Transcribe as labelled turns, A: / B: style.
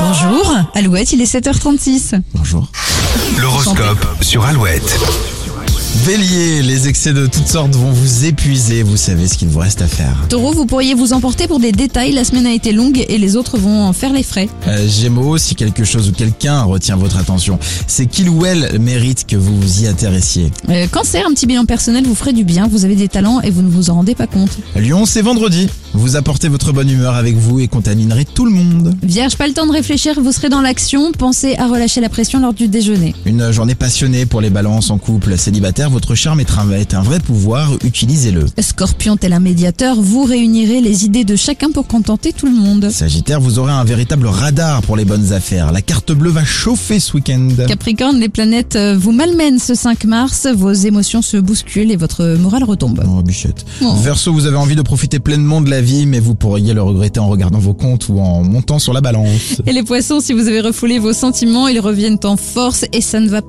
A: Bonjour, Alouette, il est 7h36.
B: Bonjour.
C: L'horoscope sur Alouette.
B: Bélier, les excès de toutes sortes vont vous épuiser, vous savez ce qu'il vous reste à faire.
A: Taureau, vous pourriez vous emporter pour des détails, la semaine a été longue et les autres vont en faire les frais.
B: Euh, Gémeaux, si quelque chose ou quelqu'un retient votre attention, c'est qu'il ou elle mérite que vous vous y intéressiez.
A: Euh, cancer, un petit bilan personnel vous ferait du bien, vous avez des talents et vous ne vous en rendez pas compte.
B: Lyon, c'est vendredi. Vous apportez votre bonne humeur avec vous et contaminerez tout le monde.
A: Vierge, pas le temps de réfléchir, vous serez dans l'action, pensez à relâcher la pression lors du déjeuner.
B: Une journée passionnée pour les balances en couple, célibataire, votre charme est un, est un vrai pouvoir, utilisez-le.
A: Scorpion, tel un médiateur, vous réunirez les idées de chacun pour contenter tout le monde.
B: Sagittaire, vous aurez un véritable radar pour les bonnes affaires. La carte bleue va chauffer ce week-end.
A: Capricorne, les planètes euh, vous malmènent ce 5 mars, vos émotions se bousculent et votre morale retombe.
B: Oh, bichette.
A: Oh.
B: Verseau, vous avez envie de profiter pleinement de la vie, mais vous pourriez le regretter en regardant vos comptes ou en montant sur la balance.
A: Et les poissons, si vous avez refoulé vos sentiments, ils reviennent en force et ça ne va